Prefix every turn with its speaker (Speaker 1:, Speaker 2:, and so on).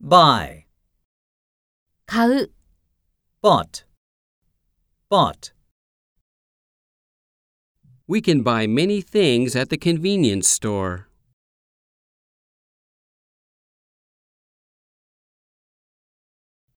Speaker 1: buy,
Speaker 2: 買う、
Speaker 1: bought, bought,
Speaker 3: We can buy many things at the convenience store.